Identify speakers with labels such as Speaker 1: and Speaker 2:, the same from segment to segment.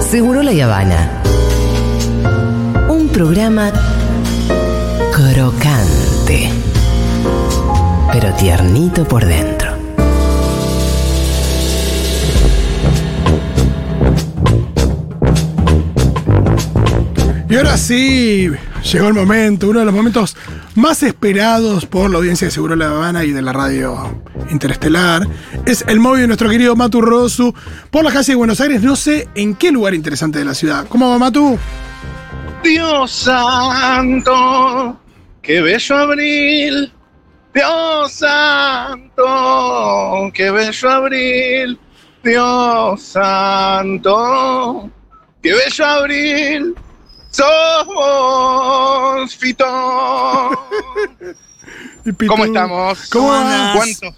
Speaker 1: Seguro la Habana. Un programa crocante, pero tiernito por dentro.
Speaker 2: Y ahora sí, llegó el momento, uno de los momentos más esperados por la audiencia de Seguro La Habana y de la radio interestelar. Es el móvil de nuestro querido Matu Rosu por la calle de Buenos Aires, no sé en qué lugar interesante de la ciudad. ¿Cómo va Matu?
Speaker 3: Dios santo, qué bello abril. Dios santo, qué bello abril. Dios santo, qué bello abril. Somos Fitón.
Speaker 2: Y Pitu.
Speaker 3: ¿Cómo estamos?
Speaker 2: ¿Cómo andas?
Speaker 3: ¿Cuánto,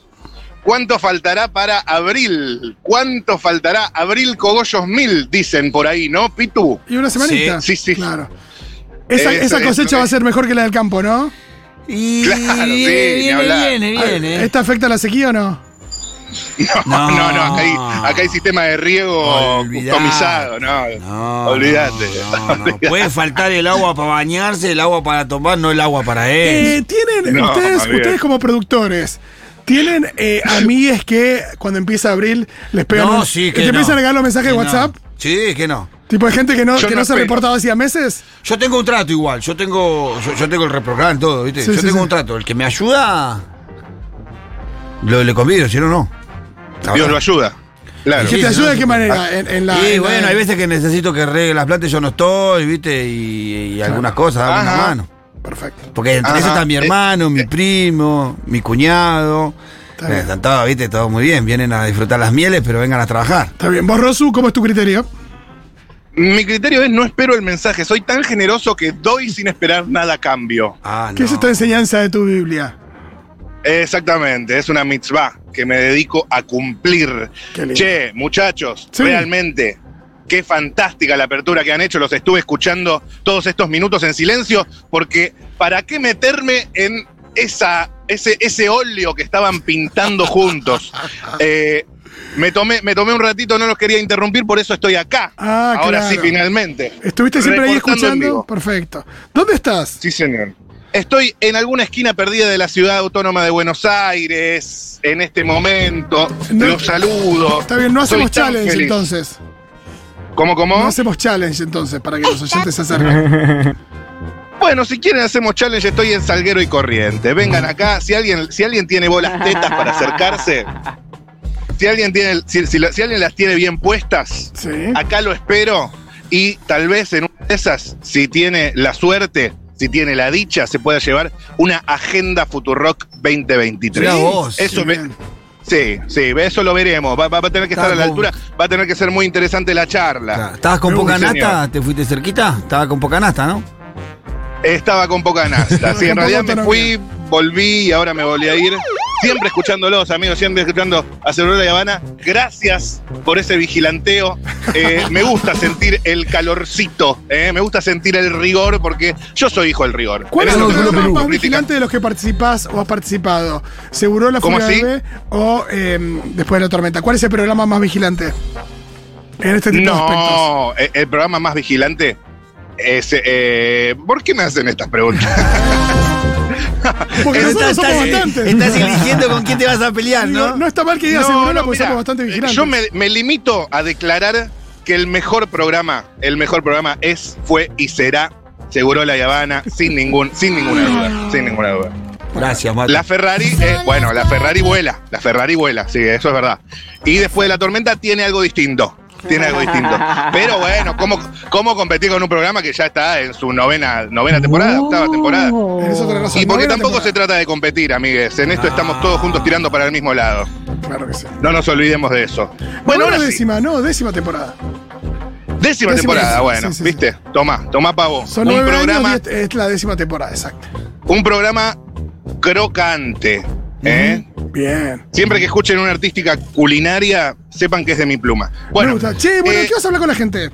Speaker 3: cuánto faltará para abril? ¿Cuánto faltará? Abril cogollos mil, dicen por ahí, ¿no, Pitu?
Speaker 2: ¿Y una semanita?
Speaker 3: Sí, sí, Eh, sí.
Speaker 2: Claro. Esa,
Speaker 3: Eso
Speaker 2: esa
Speaker 3: es,
Speaker 2: cosecha
Speaker 3: eso
Speaker 2: va a
Speaker 3: es.
Speaker 2: ser mejor que la del campo, ¿no?
Speaker 4: Y
Speaker 3: Claro, sí,
Speaker 4: viene,
Speaker 3: ni
Speaker 4: viene,
Speaker 3: hablar.
Speaker 4: viene, viene.
Speaker 2: ¿Esta afecta a la sequía o no?
Speaker 3: No,
Speaker 4: No.
Speaker 3: no, no, acá, hay, acá hay sistema de riego
Speaker 4: Olvidá.
Speaker 3: customizado, no.
Speaker 4: No,
Speaker 3: olvídate.
Speaker 4: no, no. Puede faltar el agua para bañarse, el agua para tomar, no el agua para él.
Speaker 2: Eh, tienen,
Speaker 3: No,
Speaker 2: ustedes,
Speaker 3: Javier.
Speaker 2: ustedes como productores, ¿tienen eh, amigues que cuando empieza abril les pegan
Speaker 4: no,
Speaker 2: un-
Speaker 4: sí,
Speaker 2: que te
Speaker 4: que no.
Speaker 2: empiezan a regalar los mensajes de
Speaker 4: Que no.
Speaker 2: WhatsApp?
Speaker 4: Sí, que no.
Speaker 2: Tipo de gente que no,
Speaker 3: Yo
Speaker 2: que
Speaker 3: no
Speaker 2: no se ha
Speaker 3: espero.
Speaker 2: reportado hacía meses.
Speaker 4: Yo tengo un trato igual, yo tengo yo, yo tengo el reprograma en todo, ¿viste?
Speaker 2: Sí,
Speaker 4: yo
Speaker 2: sí,
Speaker 4: tengo
Speaker 2: sí.
Speaker 4: un trato, el que me ayuda lo le convido, si no no.
Speaker 3: Dios lo ayuda. Claro.
Speaker 2: ¿Que
Speaker 4: Sí,
Speaker 2: te
Speaker 4: sí,
Speaker 2: ayuda
Speaker 4: no,
Speaker 2: de qué
Speaker 4: sí.
Speaker 2: manera? En, en la,
Speaker 4: y
Speaker 2: en la-
Speaker 4: bueno, hay veces que necesito que regue las plantas y yo no estoy, ¿viste? Y, y algunas cosas, dame una
Speaker 3: Ajá.
Speaker 4: mano.
Speaker 2: Perfecto.
Speaker 4: Porque entre
Speaker 3: Ajá.
Speaker 4: eso está mi
Speaker 3: Eh,
Speaker 4: hermano, mi
Speaker 3: eh.
Speaker 4: primo, mi cuñado.
Speaker 2: Está bien.
Speaker 4: Eh, Están todos, viste, todo muy bien. Vienen a disfrutar las mieles, pero vengan a trabajar.
Speaker 2: Está bien. Vos, Rosu, ¿cómo es tu criterio?
Speaker 3: Mi criterio es no espero el mensaje, soy tan generoso que doy sin esperar nada a cambio.
Speaker 4: Ah, no.
Speaker 2: ¿Qué es esta enseñanza de tu Biblia?
Speaker 3: Exactamente, es una mitzvah que me dedico a cumplir.
Speaker 2: Qué lindo.
Speaker 3: Che, muchachos,
Speaker 2: Sí.
Speaker 3: realmente, qué fantástica la apertura que han hecho. Los estuve escuchando todos estos minutos en silencio, porque ¿para qué meterme en esa, ese, ese óleo que estaban pintando juntos? Eh, me, tomé, me tomé un ratito, no los quería interrumpir, por eso estoy acá.
Speaker 2: Ah,
Speaker 3: Ahora sí,
Speaker 2: claro.
Speaker 3: finalmente.
Speaker 2: ¿Estuviste siempre ahí
Speaker 3: Reportando en
Speaker 2: escuchando?
Speaker 3: vivo.
Speaker 2: Perfecto. ¿Dónde estás?
Speaker 3: Sí, señor. Estoy en alguna esquina perdida de la ciudad autónoma de Buenos Aires en este momento.
Speaker 2: No-
Speaker 3: Los saludo.
Speaker 2: Está bien, no
Speaker 3: Soy
Speaker 2: hacemos
Speaker 3: tan
Speaker 2: challenge
Speaker 3: feliz.
Speaker 2: entonces.
Speaker 3: ¿Cómo, cómo?
Speaker 2: No hacemos challenge entonces para que los oyentes se acerquen.
Speaker 3: Bueno, si quieren hacemos challenge, estoy en Salguero y Corriente. Vengan acá, si alguien, si alguien tiene bolas tetas para acercarse, si alguien, tiene, si, si la- si alguien las tiene bien puestas,
Speaker 2: Sí.
Speaker 3: acá lo espero y tal vez en una de esas, si tiene la suerte, si tiene la dicha, se pueda llevar una agenda Futurock 2023.
Speaker 4: Mirá vos,
Speaker 3: Eso
Speaker 2: qué
Speaker 3: me-
Speaker 2: bien.
Speaker 3: Sí, sí, eso lo veremos. Va, va- va a tener que estar a la
Speaker 4: Claro.
Speaker 3: altura, va a tener que ser muy interesante la charla.
Speaker 4: Claro, ¿Estabas con
Speaker 3: Uy,
Speaker 4: poca
Speaker 3: señor.
Speaker 4: nata? ¿Te fuiste cerquita? Estaba con poca nata, ¿no?
Speaker 3: Estaba con poca nasta. Sí,
Speaker 2: Con
Speaker 3: en
Speaker 2: poca
Speaker 3: realidad me
Speaker 2: autonomía.
Speaker 3: fui, volví y ahora me volví a ir. Siempre escuchándolos, amigos, siempre escuchando a Celular y Habana. Gracias por ese vigilanteo. Eh, me gusta sentir el calorcito, eh, me gusta sentir el rigor, porque yo soy hijo del rigor.
Speaker 2: ¿Cuál es
Speaker 3: En
Speaker 2: el
Speaker 3: esto que
Speaker 4: otro
Speaker 2: programa
Speaker 3: hablamos
Speaker 2: más
Speaker 3: política-
Speaker 2: vigilante de los que participás o has participado? ¿Seguro la
Speaker 3: ¿Cómo
Speaker 2: Furia
Speaker 3: así?
Speaker 2: Bebé o eh, Después de la Tormenta? ¿Cuál es el programa más vigilante en este tipo de aspectos?
Speaker 3: No, eh, el programa más vigilante es. eh, ¿Por qué me hacen estas preguntas?
Speaker 2: Porque
Speaker 3: Pero
Speaker 2: nosotros somos
Speaker 4: estás-
Speaker 2: bastantes.
Speaker 4: estás eligiendo con quién te vas a pelear,
Speaker 2: Digo,
Speaker 4: ¿no?
Speaker 2: no está mal que digas
Speaker 3: No,
Speaker 2: Seguro
Speaker 3: no,
Speaker 2: porque
Speaker 3: mirá, eh,
Speaker 2: somos bastante vigilantes.
Speaker 3: Yo me, me limito a declarar que el mejor programa, el mejor programa es, fue y será Seguro La Habana, sin ningún, sin ninguna duda, sin ninguna duda.
Speaker 4: Gracias, Mati.
Speaker 3: La Ferrari, eh, bueno, la Ferrari vuela, la Ferrari vuela, sí, eso es verdad. Y después de la tormenta tiene algo distinto. Tiene algo distinto. Pero bueno, ¿cómo, ¿cómo competir con un programa que ya está en su novena, novena temporada, octava temporada?
Speaker 2: Es otra razón.
Speaker 3: Y porque
Speaker 2: Novena
Speaker 3: tampoco se
Speaker 2: temporada.
Speaker 3: trata de competir, amigues. En esto estamos todos juntos tirando para el mismo lado.
Speaker 2: Claro que sí.
Speaker 3: No nos olvidemos de eso. Bueno, ahora sí.
Speaker 2: décima, no, décima temporada.
Speaker 3: Décima,
Speaker 2: Décima,
Speaker 3: temporada,
Speaker 2: décima,
Speaker 3: bueno,
Speaker 2: sí, sí,
Speaker 3: viste, tomá, tomá pavo.
Speaker 2: Son
Speaker 3: un
Speaker 2: nueve
Speaker 3: programa,
Speaker 2: años, este- diez- es la décima temporada, exacto.
Speaker 3: un programa crocante. ¿eh?
Speaker 2: Bien.
Speaker 3: Siempre que escuchen una artística culinaria, sepan que es de mi pluma.
Speaker 2: Me
Speaker 3: Bueno,
Speaker 2: gusta. Che, bueno,
Speaker 3: eh,
Speaker 2: ¿qué vas a hablar con la gente?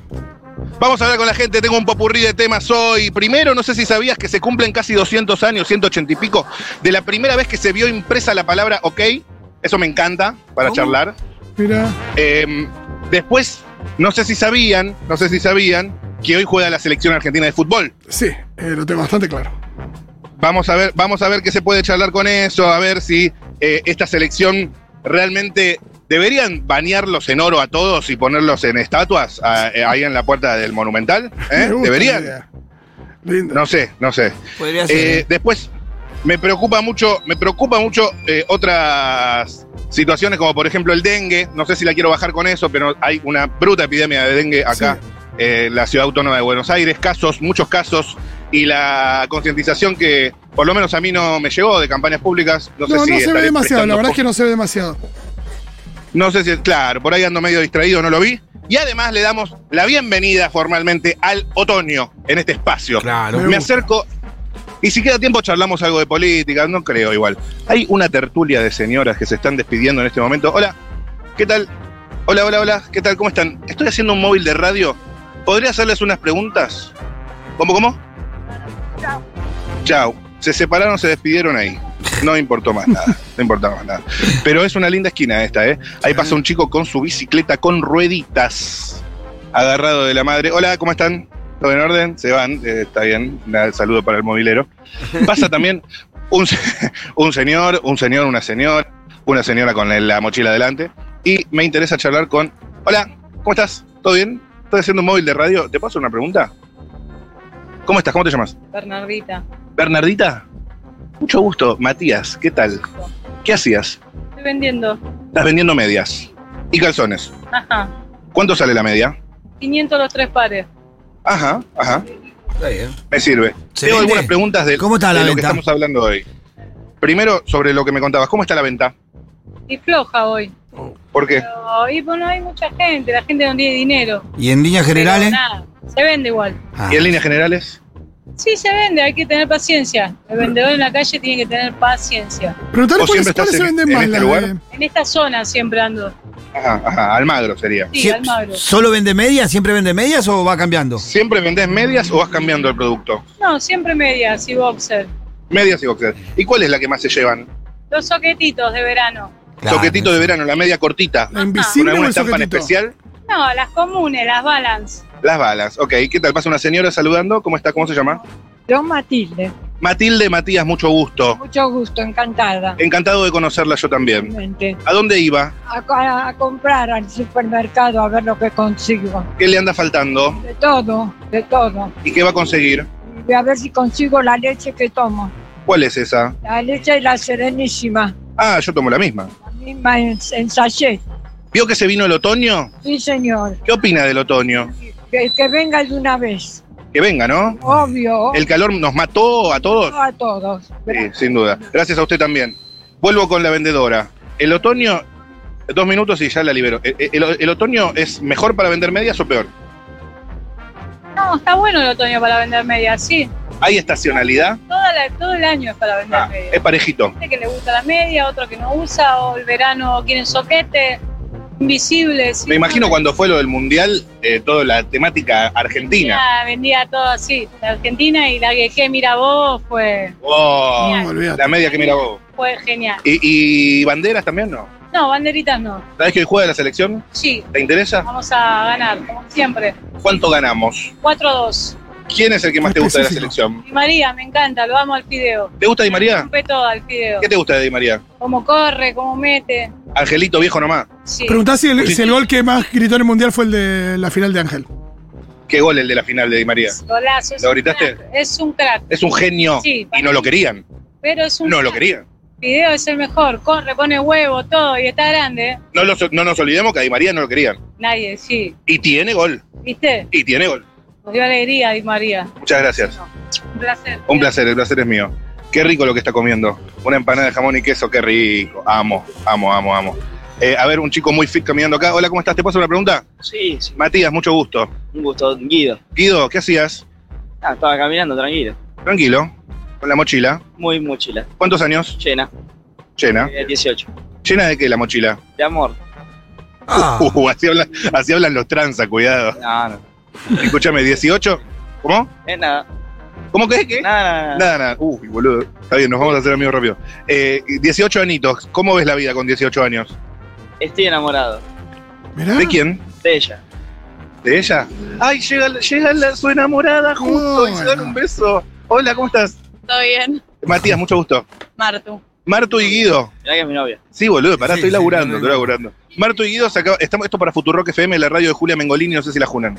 Speaker 3: vamos a hablar con la gente, tengo un popurrí de temas hoy. Primero, no sé si sabías que se cumplen casi 200 años, 180 y pico, de la primera vez que se vio impresa la palabra ok. Eso me encanta para
Speaker 4: ¿Cómo?
Speaker 3: charlar.
Speaker 2: Mira,
Speaker 3: Eh, Em, después No sé si sabían, no sé si sabían que hoy juega la selección argentina de fútbol.
Speaker 2: Sí, eh, lo tengo bastante claro.
Speaker 3: Vamos a ver, vamos a ver qué se puede charlar con eso, a ver si eh, esta selección realmente deberían bañarlos en oro a todos y ponerlos en estatuas a- eh, ahí en la puerta del monumental. ¿eh?
Speaker 2: Me gusta la
Speaker 3: Deberían.
Speaker 2: idea. Lindo.
Speaker 3: No sé, no sé.
Speaker 4: Podría ser.
Speaker 3: Eh, después me preocupa mucho, me preocupa mucho eh, otras situaciones como por ejemplo el dengue. No sé si la quiero bajar con eso, pero hay una bruta epidemia de dengue acá eh, en la ciudad autónoma de Buenos Aires. Casos, muchos casos y la concientización que por lo menos a mí no me llegó de campañas públicas. No,
Speaker 2: No,
Speaker 3: sé
Speaker 2: no
Speaker 3: si
Speaker 2: se ve
Speaker 3: estaré
Speaker 2: demasiado, la
Speaker 3: prestando
Speaker 2: verdad es que no se ve demasiado.
Speaker 3: no sé si, claro, por ahí ando medio distraído, no lo vi. Y además le damos la bienvenida formalmente al otoño en este espacio.
Speaker 4: Claro.
Speaker 3: Me acerco y si queda tiempo charlamos algo de política, no creo igual. Hay una tertulia de señoras que se están despidiendo en este momento. Hola, ¿qué tal? Hola, hola, hola, ¿qué tal? ¿Cómo están? Estoy haciendo un móvil de radio. ¿Podría hacerles unas preguntas? ¿Cómo, cómo? Chao. Se separaron, se despidieron ahí. No importó más nada. No importaba más nada. Pero es una linda esquina esta, ¿eh? Ahí pasa un chico con su bicicleta con rueditas. Agarrado de la madre. Hola, ¿cómo están? ¿Todo en orden? Se van. eh, está bien. Un saludo para el movilero. Pasa también un, se- un señor, un señor, una señora, una señora con la mochila adelante. Y me interesa charlar con. Hola, ¿cómo estás? ¿Todo bien? Estoy haciendo un móvil de radio. ¿Te puedo hacer una pregunta? ¿Cómo estás? ¿Cómo te llamas?
Speaker 5: Bernardita,
Speaker 3: Bernardita, mucho gusto. Matías, ¿qué tal? ¿Qué hacías?
Speaker 5: estoy vendiendo.
Speaker 3: Estás vendiendo medias y calzones.
Speaker 5: Ajá.
Speaker 3: ¿Cuánto sale la media?
Speaker 5: 500 los tres pares.
Speaker 3: Ajá, ajá,
Speaker 4: Está bien.
Speaker 3: me sirve.
Speaker 4: ¿Se
Speaker 3: Tengo
Speaker 4: vende?
Speaker 3: algunas preguntas de,
Speaker 4: ¿Cómo está
Speaker 3: de
Speaker 4: la
Speaker 3: lo que
Speaker 4: venta?
Speaker 3: estamos hablando hoy. Primero, sobre lo que me contabas, ¿cómo está la venta?
Speaker 5: Y floja hoy.
Speaker 3: ¿Por qué?
Speaker 5: Pero, y bueno, hay mucha gente, la gente no tiene dinero.
Speaker 4: ¿Y en eh? líneas generales?
Speaker 5: Pero nada, se vende igual.
Speaker 4: Ah.
Speaker 3: ¿Y en líneas generales?
Speaker 5: Sí, se vende, hay que tener paciencia. El vendedor en la calle tiene que tener paciencia.
Speaker 2: Preguntale
Speaker 3: ¿Vos
Speaker 2: cuáles,
Speaker 3: siempre
Speaker 2: cuáles
Speaker 3: estás
Speaker 2: se
Speaker 3: en-
Speaker 2: venden
Speaker 3: en
Speaker 2: más.
Speaker 3: este
Speaker 2: las
Speaker 3: lugar?
Speaker 2: de-
Speaker 5: En esta zona siempre ando.
Speaker 3: Ajá, ajá, Almagro sería.
Speaker 5: Sí,
Speaker 4: Sie-
Speaker 5: Almagro.
Speaker 4: ¿Solo vende medias? ¿Siempre vende medias o va cambiando?
Speaker 3: ¿Siempre vendés medias o vas cambiando el producto?
Speaker 5: No, siempre medias y boxer.
Speaker 3: Medias y boxers. ¿Y cuál es la que más se llevan?
Speaker 5: Los soquetitos de verano.
Speaker 4: Claro,
Speaker 3: Soquetito de
Speaker 4: eso.
Speaker 3: verano, la media cortita.
Speaker 2: ¿La
Speaker 5: Ajá.
Speaker 3: ¿Con
Speaker 2: invisible o
Speaker 3: alguna
Speaker 2: el
Speaker 3: estampa en
Speaker 2: soquetito?
Speaker 3: especial?
Speaker 5: No, las comunes, las balance.
Speaker 3: Las balas. Ok, ¿qué tal? Pasa una señora saludando. ¿Cómo está? ¿Cómo se llama?
Speaker 6: Don Matilde,
Speaker 3: Matilde Matías, mucho gusto.
Speaker 6: mucho gusto, encantada.
Speaker 3: Encantado de conocerla yo también.
Speaker 6: Realmente.
Speaker 3: ¿A dónde iba?
Speaker 6: A, co- a comprar al supermercado a ver lo que consigo.
Speaker 3: ¿Qué le anda faltando?
Speaker 6: De todo, de todo.
Speaker 3: ¿Y qué va a conseguir?
Speaker 6: Y Voy a ver si consigo la leche que tomo.
Speaker 3: ¿Cuál es esa?
Speaker 6: La leche de la Serenísima,
Speaker 3: Ah, yo tomo la misma.
Speaker 6: la misma en, en sachet.
Speaker 3: ¿Vio que se vino el otoño?
Speaker 6: Sí, señor.
Speaker 3: ¿Qué opina del otoño?
Speaker 6: Que, que venga de una vez.
Speaker 3: Que venga, ¿no?
Speaker 6: Obvio,
Speaker 3: El calor nos mató a todos.
Speaker 6: a todos.
Speaker 3: Sí, sin duda. Gracias a usted también. Vuelvo con la vendedora. El otoño, dos minutos y ya la libero. ¿El, el- el otoño es mejor para vender medias o peor?
Speaker 5: No, está bueno el otoño para vender medias, sí.
Speaker 3: ¿Hay estacionalidad?
Speaker 5: Toda la- todo el año es para vender
Speaker 3: Ah,
Speaker 5: medias.
Speaker 3: es parejito.
Speaker 5: gente que le gusta la media, otro que no usa, o el verano quieren soquete, invisible. ¿sí?
Speaker 3: Me imagino cuando fue lo del mundial, eh, toda la temática argentina.
Speaker 5: Vendía, vendía todo así, la Argentina y la que que mira vos fue,
Speaker 3: Oh,
Speaker 2: No, olvídate.
Speaker 3: la media que mira vos.
Speaker 5: fue genial.
Speaker 3: ¿Y, y banderas también no?
Speaker 5: No, banderitas no.
Speaker 3: ¿Sabes que hoy juega la selección?
Speaker 5: Sí,
Speaker 3: ¿Te interesa?
Speaker 5: vamos a ganar, como siempre.
Speaker 3: ¿Cuánto ganamos?
Speaker 5: 4-2.
Speaker 3: ¿Quién es el que más te gusta de la
Speaker 2: Específico.
Speaker 3: selección?
Speaker 5: Di María, me encanta, lo amo al fideo.
Speaker 3: ¿Te gusta Di María?
Speaker 5: Rompe todo al fideo.
Speaker 3: Ah. ¿Qué te gusta de Di María?
Speaker 5: Cómo corre, cómo mete.
Speaker 3: Angelito viejo nomás.
Speaker 5: Sí.
Speaker 2: Preguntá si el,
Speaker 3: Sí.
Speaker 2: si el gol que más gritó en el mundial fue el de la final de Ángel.
Speaker 3: Qué gol el de la final de Di María.
Speaker 5: Golazo. es
Speaker 3: ¿Lo
Speaker 5: un
Speaker 3: gritaste?
Speaker 5: crack, Es un crack,
Speaker 3: Es un genio
Speaker 5: Sí,
Speaker 3: y no lo querían.
Speaker 5: pero es un
Speaker 3: No lo
Speaker 5: crack.
Speaker 3: querían.
Speaker 5: Fideo es el mejor, corre, pone huevo, todo, y está grande, ¿eh?
Speaker 3: No, lo- no nos olvidemos que a Di María no lo querían.
Speaker 5: Nadie, sí.
Speaker 3: Y tiene gol.
Speaker 5: ¿Viste?
Speaker 3: Y tiene gol.
Speaker 5: Nos dio alegría, Di María.
Speaker 3: Muchas gracias.
Speaker 5: Un placer.
Speaker 3: Un placer, el placer es mío. Qué rico lo que está comiendo. Una empanada de jamón y queso, qué rico. Amo, amo, amo, amo. Eh, a ver, un chico muy fit caminando acá. Hola, ¿cómo estás? ¿Te puedo hacer una pregunta?
Speaker 7: Sí, sí,
Speaker 3: Matías, mucho gusto.
Speaker 7: un gusto, Guido.
Speaker 3: Guido, ¿qué hacías?
Speaker 7: Ah, estaba caminando tranquilo.
Speaker 3: Tranquilo, con la mochila.
Speaker 7: Muy mochila,
Speaker 3: ¿Cuántos años?
Speaker 7: llena,
Speaker 3: Llena.
Speaker 7: eh, 18.
Speaker 3: ¿Llena de qué la mochila?
Speaker 7: De amor.
Speaker 4: Ah,
Speaker 3: Uh, así, hablan, así hablan los tranza, cuidado.
Speaker 7: No, no.
Speaker 3: Escúchame, 18. ¿Cómo?
Speaker 7: Es nada.
Speaker 3: ¿Cómo que es que?
Speaker 7: Nada, nada, nada.
Speaker 3: Nada, nada. Uy, boludo. Está bien, nos vamos a hacer amigos rápido. Eh, 18 anitos. ¿Cómo ves la vida con 18 años?
Speaker 7: Estoy enamorado
Speaker 2: Mirá.
Speaker 3: ¿De quién?
Speaker 7: de ella.
Speaker 3: ¿De ella? Ah. ¡Ay, llega, la- llega la- su enamorada justo y se dan
Speaker 2: Bueno.
Speaker 3: un beso! Hola, ¿cómo estás?
Speaker 5: Todo bien,
Speaker 3: Matías, mucho gusto.
Speaker 5: Martu.
Speaker 3: Martu y Guido.
Speaker 7: Mirá que es mi novia.
Speaker 3: Sí, boludo, pará,
Speaker 4: Sí,
Speaker 3: estoy
Speaker 4: sí,
Speaker 3: laburando,
Speaker 4: no, no,
Speaker 3: estoy
Speaker 4: no.
Speaker 3: laburando. Martu y Guido, se acaba- estamos, esto para Futurock FM, la radio de Julia Mengolini, no sé si la junan.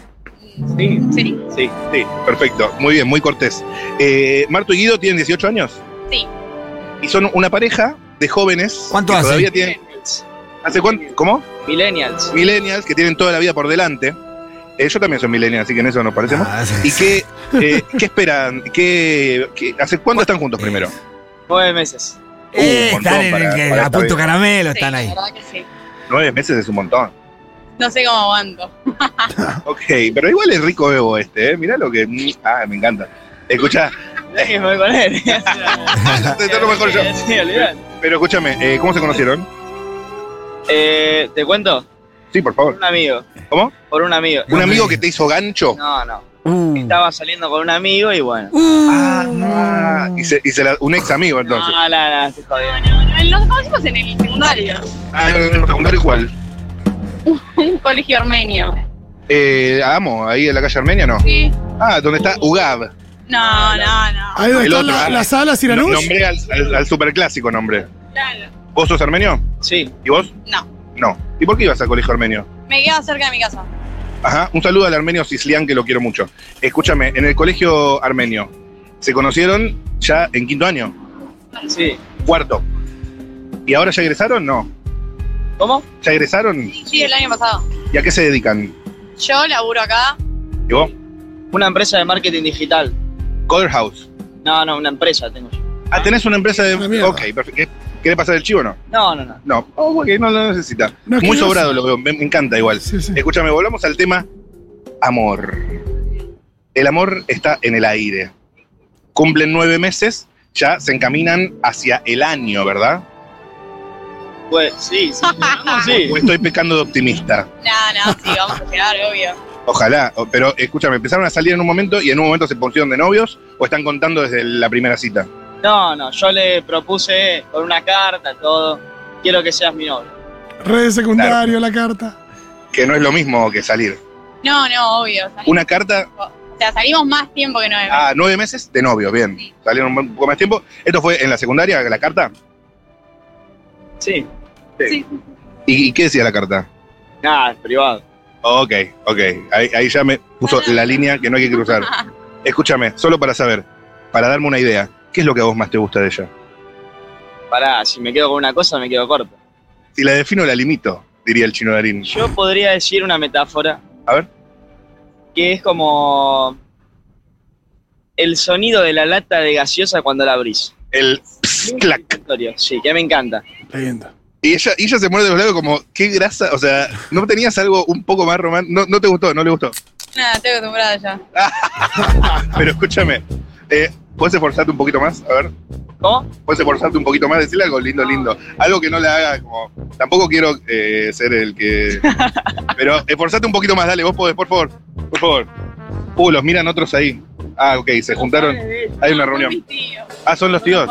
Speaker 7: Sí,
Speaker 5: Sí,
Speaker 7: sí.
Speaker 3: Sí, perfecto. Muy bien, muy cortés. Eh, Marto y Guido tienen 18 años.
Speaker 5: Sí.
Speaker 3: Y son una pareja de jóvenes.
Speaker 4: ¿Cuánto
Speaker 3: que
Speaker 4: hace?
Speaker 3: Todavía tienen, ¿Hace cuánto? ¿Cómo?
Speaker 7: Millennials.
Speaker 3: Millennials, que tienen toda la vida por delante. Eh, yo también soy millennial, así que en eso nos parecemos.
Speaker 4: Ah, sí,
Speaker 3: ¿Y uh,
Speaker 4: sí.
Speaker 3: qué, eh, qué esperan? ¿Qué, qué- hace cuánto están juntos primero?
Speaker 7: Nueve meses.
Speaker 4: Eh,
Speaker 3: un montón
Speaker 4: están en el
Speaker 3: para-
Speaker 4: que-
Speaker 3: para
Speaker 4: a
Speaker 3: esta
Speaker 4: punto
Speaker 3: vida.
Speaker 4: caramelo,
Speaker 5: sí,
Speaker 4: están ahí.
Speaker 5: La verdad que sí.
Speaker 3: Nueve meses es un montón.
Speaker 5: No sé cómo aguanto.
Speaker 3: Ok, pero igual es rico bebo este, ¿eh? Mirá lo que. Ah, me encanta. Escucha,
Speaker 7: Mirá que me voy con él.
Speaker 3: te te lo mejor yo.
Speaker 7: Sí, olvidate.
Speaker 3: Pero escúchame, eh, ¿cómo se conocieron?
Speaker 7: Eh, ¿Te cuento?
Speaker 3: Sí, por
Speaker 7: Por
Speaker 3: favor.
Speaker 7: un amigo.
Speaker 3: ¿Cómo?
Speaker 7: Por un amigo.
Speaker 3: ¿Un amigo que te hizo gancho?
Speaker 7: No, no.
Speaker 4: Uh.
Speaker 7: Estaba saliendo con un amigo y bueno.
Speaker 3: Ah, y se, y se la- un ex amigo entonces.
Speaker 7: No, no, no, se jodió.
Speaker 5: No, no, nos conocimos en el secundario,
Speaker 3: Ah, en el secundario igual.
Speaker 5: un colegio armenio.
Speaker 3: Eh, amo, ahí en la calle Armenia no.
Speaker 5: Sí.
Speaker 3: Ah, donde está UGAB.
Speaker 5: No, no, no.
Speaker 2: Ahí donde
Speaker 3: El
Speaker 2: están
Speaker 3: otro,
Speaker 2: la-
Speaker 3: ah.
Speaker 2: las alas y la
Speaker 3: No-
Speaker 2: luz.
Speaker 3: nombré al, al, al superclásico nombre.
Speaker 5: Claro.
Speaker 3: ¿Vos sos armenio?
Speaker 7: Sí,
Speaker 3: ¿Y vos?
Speaker 5: No.
Speaker 3: No. ¿Y por qué ibas al colegio armenio?
Speaker 5: Me quedaba cerca de mi casa.
Speaker 3: Ajá, un saludo al armenio Sislián que lo quiero mucho. Escúchame, en el colegio armenio se conocieron ya en quinto año,
Speaker 7: sí.
Speaker 3: cuarto. ¿Y ahora ya egresaron? No.
Speaker 7: ¿Cómo?
Speaker 3: ¿Ya egresaron?
Speaker 5: Sí, el año pasado.
Speaker 3: ¿Y a qué se dedican?
Speaker 5: Yo laburo acá.
Speaker 3: ¿Y vos?
Speaker 7: Una empresa de marketing digital.
Speaker 3: Color House.
Speaker 7: No, no, una empresa tengo yo.
Speaker 3: Ah, tenés una empresa de.
Speaker 2: Una mierda.
Speaker 3: Ok, perfecto. ¿Querés pasar el chivo o no?
Speaker 7: No, no, no.
Speaker 3: No, oh, ok, no lo necesita.
Speaker 2: No, que
Speaker 3: Muy
Speaker 2: no-
Speaker 3: sobrado lo veo, me, me encanta igual.
Speaker 2: Sí, sí.
Speaker 3: Escúchame, volvamos al tema amor. El amor está en el aire. Cumplen nueve meses, ya se encaminan hacia el año, ¿verdad?
Speaker 7: Pues sí, sí. sí.
Speaker 3: O estoy pecando de optimista.
Speaker 5: No, no, sí, vamos a llegar, obvio.
Speaker 3: Ojalá, o- pero escúchame, empezaron a salir en un momento y en un momento se pusieron de novios o están contando desde la primera cita.
Speaker 7: No, no, yo le propuse con una carta, todo. Quiero que seas mi novio.
Speaker 2: Redes secundario, la carta.
Speaker 3: Que no es lo mismo que salir.
Speaker 5: No, no, obvio. Salimos,
Speaker 3: Una carta
Speaker 5: O sea, salimos más tiempo que nueve meses.
Speaker 3: a nueve meses de novios, bien.
Speaker 5: Sí.
Speaker 3: Salieron un poco más tiempo. Esto fue en la secundaria, la carta.
Speaker 7: Sí.
Speaker 5: Sí.
Speaker 3: ¿Y- y qué decía la carta?
Speaker 7: Nada, es privado.
Speaker 3: Ok, ok. Ahí, ahí ya me puso la línea que no hay que cruzar. Escúchame, solo para saber, para darme una idea, ¿qué es lo que a vos más te gusta de ella?
Speaker 7: Pará, si me quedo con una cosa, me quedo corto.
Speaker 3: Si la defino, la limito, diría el chino Darín.
Speaker 7: Yo podría decir una metáfora.
Speaker 3: A ver.
Speaker 7: Que es como el sonido de la lata de gaseosa cuando la abrís.
Speaker 3: El ps, clac.
Speaker 7: Victorio, Sí, que me encanta.
Speaker 2: Leyenda.
Speaker 3: Y ella, y ella se muerde los labios como, qué grasa. O sea, ¿no tenías algo un poco más romántico? No, no te gustó, no le gustó.
Speaker 5: Nada, estoy acostumbrada ya.
Speaker 3: Pero escúchame, eh, ¿puedes esforzarte un poquito más? A ver,
Speaker 7: ¿Cómo?
Speaker 3: ¿puedes esforzarte un poquito más? Decirle algo lindo, lindo. Algo que no le haga como. Tampoco quiero eh, ser el que. Pero esforzate un poquito más, dale, vos podés, por favor. Por favor. Uh, los miran otros ahí. Ah, ok, se juntaron. Hay una reunión.
Speaker 5: Son mis tíos.
Speaker 3: Ah, son los tíos.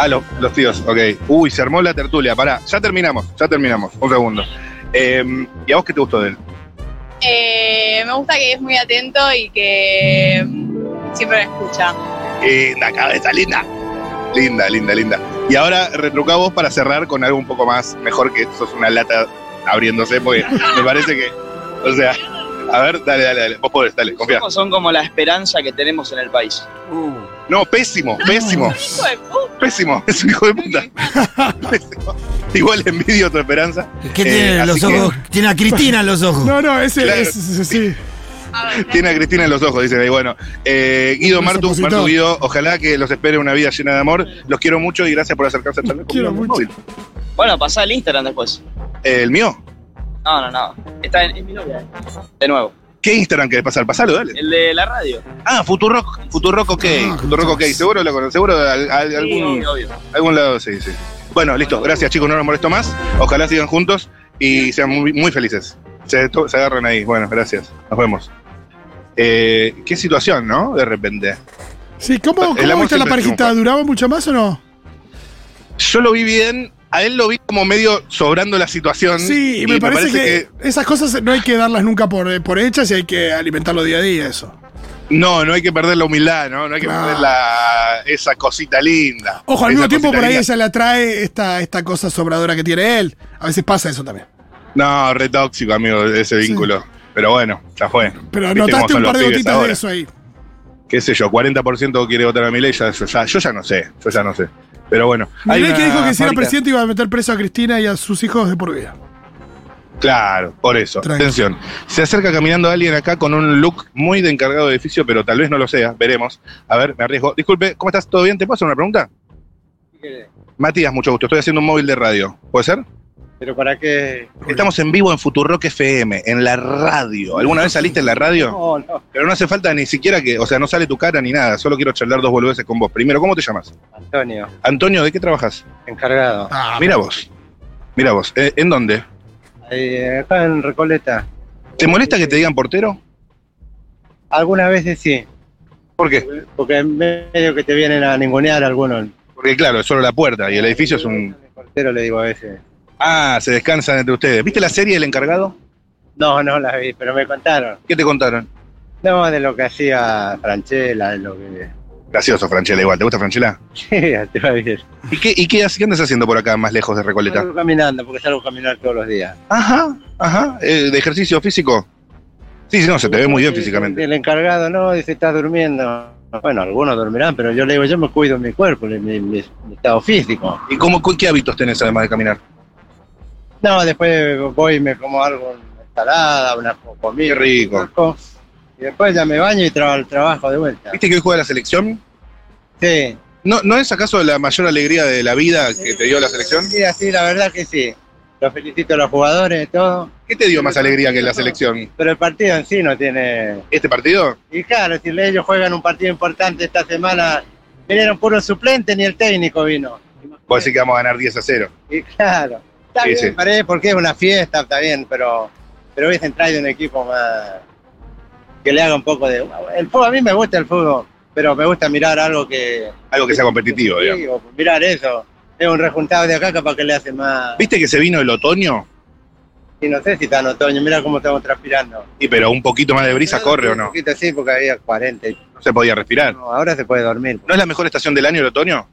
Speaker 3: Ah, lo- los tíos, ok. Uy, se armó la tertulia. Pará, ya terminamos, ya terminamos. Un segundo. Eh, ¿Y a vos qué te gustó de él?
Speaker 5: Eh, me gusta que es muy atento y que mm, siempre me escucha.
Speaker 3: Linda, cabeza, linda. Linda, linda, linda. Y ahora retrucá vos para cerrar con algo un poco más mejor que sos una lata abriéndose, porque me parece que. O sea, a ver, dale, dale, dale. Vos podés, dale, confía.
Speaker 7: Somos- Son como la esperanza que tenemos en el país.
Speaker 4: Uh.
Speaker 3: No, pésimo, pésimo.
Speaker 5: Hijo de puta.
Speaker 3: Pésimo, es un hijo de puta. Pésimo. Igual envidio tu esperanza.
Speaker 4: ¿Qué
Speaker 3: Eh,
Speaker 4: tiene en los
Speaker 3: así
Speaker 4: ojos? Tiene a Cristina en los ojos.
Speaker 2: No, no, ese,
Speaker 3: Claro.
Speaker 2: ese- ese- sí.
Speaker 5: A ver,
Speaker 3: Tiene a Cristina en los ojos, dicen ahí. Bueno, eh, Guido
Speaker 2: Los
Speaker 3: Martu,
Speaker 2: opositores.
Speaker 3: Martu Guido, ojalá que los espere una vida llena de amor. Los quiero mucho y gracias por acercarse a charlar conmigo
Speaker 2: Quiero
Speaker 3: en el
Speaker 2: mucho.
Speaker 3: móvil.
Speaker 7: Bueno, pasá el Instagram después.
Speaker 3: Eh, ¿El mío?
Speaker 7: No, no, no. Está en, es mi novia, eh. De nuevo.
Speaker 3: ¿Qué Instagram querés pasar? Pasalo, dale.
Speaker 7: El de la radio.
Speaker 3: Ah, Futurock. Futurock OK.
Speaker 2: Ah,
Speaker 3: Futurock OK.
Speaker 2: entonces.
Speaker 3: Seguro lo conocen. Seguro al- al-
Speaker 7: Sí,
Speaker 3: algún,
Speaker 7: obvio, obvio.
Speaker 3: algún lado se dice. Bueno, listo. Gracias, chicos. No los molesto más. Ojalá sigan juntos y sean muy, muy felices. Se, to- se agarran ahí. Bueno, gracias. Nos vemos. Eh, qué situación, ¿no? De repente.
Speaker 2: Sí, ¿cómo,
Speaker 3: El
Speaker 2: cómo
Speaker 3: amor
Speaker 2: viste la
Speaker 3: siempre
Speaker 2: parejita?
Speaker 3: triunfa.
Speaker 2: ¿Duraba mucho más o no?
Speaker 3: Yo lo vi bien, a él lo vi como medio sobrando la situación.
Speaker 2: Sí, y me, parece, que, esas cosas no hay que darlas nunca por, eh, por hechas y hay que alimentarlo día a día, eso.
Speaker 3: que- No, no hay que perder la humildad, ¿no? No hay que
Speaker 2: Claro.
Speaker 3: perder la, esa cosita linda.
Speaker 2: Ah. Ojo, al
Speaker 3: esa
Speaker 2: mismo tiempo
Speaker 3: cosita
Speaker 2: por ahí
Speaker 3: linda.
Speaker 2: ella le atrae esta, esta cosa sobradora que tiene él. A veces pasa eso también.
Speaker 3: No, re tóxico, amigo, ese vínculo. Pero bueno, ya fue.
Speaker 2: Pero
Speaker 3: Viste cómo
Speaker 2: notaste
Speaker 3: son
Speaker 2: un
Speaker 3: los
Speaker 2: par de
Speaker 3: pibes
Speaker 2: gotitas
Speaker 3: ahora.
Speaker 2: de eso ahí.
Speaker 3: Qué sé yo, 40% quiere votar a Milei, ya, yo, ya, yo ya no sé, yo ya no sé. Pero bueno. hay
Speaker 2: Milei que
Speaker 3: una
Speaker 2: dijo que si era
Speaker 3: fábrica-
Speaker 2: presidente iba a meter preso a Cristina y a sus hijos de por vida.
Speaker 3: Claro, por eso.
Speaker 2: Tranqui.
Speaker 3: Atención. Se acerca caminando alguien acá con un look muy de encargado de edificio, pero tal vez no lo sea. Veremos. A ver, me arriesgo. Disculpe, ¿cómo estás? ¿Todo bien? ¿Te puedo hacer una pregunta? Matías, mucho gusto. Estoy haciendo un móvil de radio. ¿Puede ser?
Speaker 8: Pero para qué.
Speaker 3: Estamos en vivo en Futurock FM, en la radio. ¿Alguna vez saliste en la radio?
Speaker 8: No, no.
Speaker 3: Pero no hace falta ni siquiera que, o sea, no sale tu cara ni nada. Solo quiero charlar dos boludeces con vos. Primero, ¿cómo te llamas?
Speaker 8: Antonio,
Speaker 3: Antonio, ¿de qué trabajas?
Speaker 8: encargado.
Speaker 2: Ah,
Speaker 3: Mira vos. Mira vos. Eh, ¿En dónde?
Speaker 8: Ahí, acá en Recoleta.
Speaker 3: ¿Te molesta que te digan portero?
Speaker 8: Algunas veces sí.
Speaker 3: ¿Por qué?
Speaker 8: Porque medio que te vienen a ningunear algunos.
Speaker 3: Porque claro, es solo la puerta y el edificio es un,
Speaker 8: El portero le digo a veces.
Speaker 3: Ah, se descansan entre ustedes. ¿Viste la serie El Encargado?
Speaker 8: No, no las vi, pero me contaron.
Speaker 3: ¿Qué te contaron?
Speaker 8: No, de lo que hacía Franchella, de lo que.
Speaker 3: Gracioso, Franchela, igual. ¿Te gusta Franchela?
Speaker 8: Sí, te va bien.
Speaker 3: ¿Y qué, y qué, hace- qué andas haciendo por acá, más lejos de Recoleta?
Speaker 8: Salgo caminando, porque salgo a caminar todos los días.
Speaker 3: Ajá, ajá. Eh, ¿De ejercicio físico? Sí, sí, no, se te ve muy bien
Speaker 8: Sí,
Speaker 3: físicamente.
Speaker 8: El encargado, no, dice, está durmiendo. Bueno, algunos dormirán, pero yo le digo, yo me cuido mi cuerpo, mi, mi- mi estado físico.
Speaker 3: ¿Y cómo, cu- qué hábitos tenés además de caminar?
Speaker 8: No, después voy y me como algo, una ensalada, una co- comida.
Speaker 3: Qué rico.
Speaker 8: un poco, Y después ya me baño y trabajo al trabajo de vuelta.
Speaker 3: ¿Viste que hoy juega la selección?
Speaker 8: Sí.
Speaker 3: ¿No, ¿No es acaso la mayor alegría de la vida que te dio la selección?
Speaker 8: Sí, así, la verdad que sí. Los felicito a los jugadores y todo.
Speaker 3: ¿Qué te dio más alegría que la selección?
Speaker 8: Pero el partido en sí no tiene...
Speaker 3: ¿Este partido?
Speaker 8: Y claro, si ellos juegan un partido importante esta semana, vinieron puro suplente, ni el técnico vino.
Speaker 3: Vos decís que vamos a ganar 10 a 0.
Speaker 8: Y claro, está
Speaker 3: Sí,
Speaker 8: bien,
Speaker 3: sí.
Speaker 8: paré, porque es una fiesta, está bien, pero, pero hubiesen traído un equipo más que le haga un poco de. El fútbol, a mí me gusta el fútbol, pero me gusta mirar algo que.
Speaker 3: Algo que sea competitivo,
Speaker 8: sí,
Speaker 3: digamos.
Speaker 8: o mirar eso. Es un rejuntado de acá, capaz que le hace más.
Speaker 3: ¿Viste que se vino el otoño?
Speaker 8: Y no sé si está en otoño, mira cómo estamos transpirando.
Speaker 3: Y pero un poquito más de brisa corre o
Speaker 8: Un
Speaker 3: no.
Speaker 8: poquito sí, porque había 40. y-
Speaker 3: No se podía respirar.
Speaker 8: no, ahora se puede dormir.
Speaker 3: ¿No es la mejor estación del año el otoño?